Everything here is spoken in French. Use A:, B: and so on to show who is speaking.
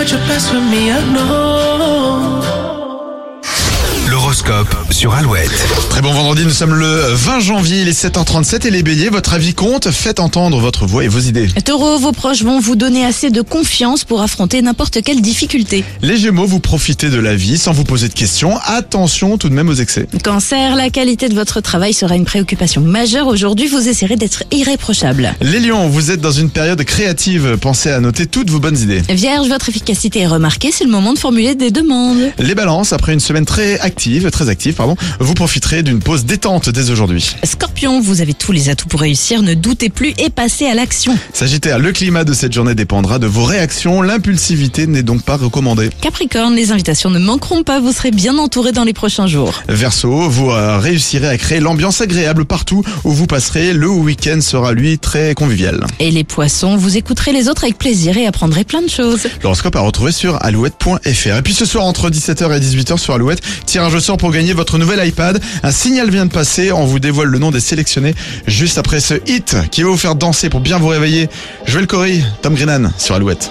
A: that you're best for me, I know.
B: L'horoscope sur Alouette.
C: Très bon vendredi, nous sommes le 20 janvier, il est 7h37 et les béliers, votre avis compte, faites entendre votre voix et vos idées.
D: Taureau, vos proches vont vous donner assez de confiance pour affronter n'importe quelle difficulté.
C: Les gémeaux, vous profitez de la vie sans vous poser de questions, attention tout de même aux excès.
D: Cancer, la qualité de votre travail sera une préoccupation majeure aujourd'hui, vous essaierez d'être irréprochable.
C: Les lions, vous êtes dans une période créative, pensez à noter toutes vos bonnes idées.
D: Vierge, votre efficacité est remarquée, c'est le moment de formuler des demandes.
C: Les balances, après une semaine très active, très active, pardon, vous profiterez d'une pause détente dès aujourd'hui.
D: Scorpion, vous avez tous les atouts pour réussir, ne doutez plus et passez à l'action.
C: Sagittaire, le climat de cette journée dépendra de vos réactions, l'impulsivité n'est donc pas recommandée.
D: Capricorne, les invitations ne manqueront pas, vous serez bien entouré dans les prochains jours.
C: Verseau, vous euh, réussirez à créer l'ambiance agréable partout où vous passerez, le week-end sera lui très convivial.
D: Et les poissons, vous écouterez les autres avec plaisir et apprendrez plein de choses.
C: L'horoscope à retrouver sur alouette.fr. Et puis ce soir, entre 17h et 18h sur Alouette, tirage au sort pour gagner votre nouvel iPad. Un signal vient de passer. On vous dévoile le nom des sélectionnés juste après ce hit qui va vous faire danser pour bien vous réveiller. Joël Corey, Tom Grennan sur Alouette.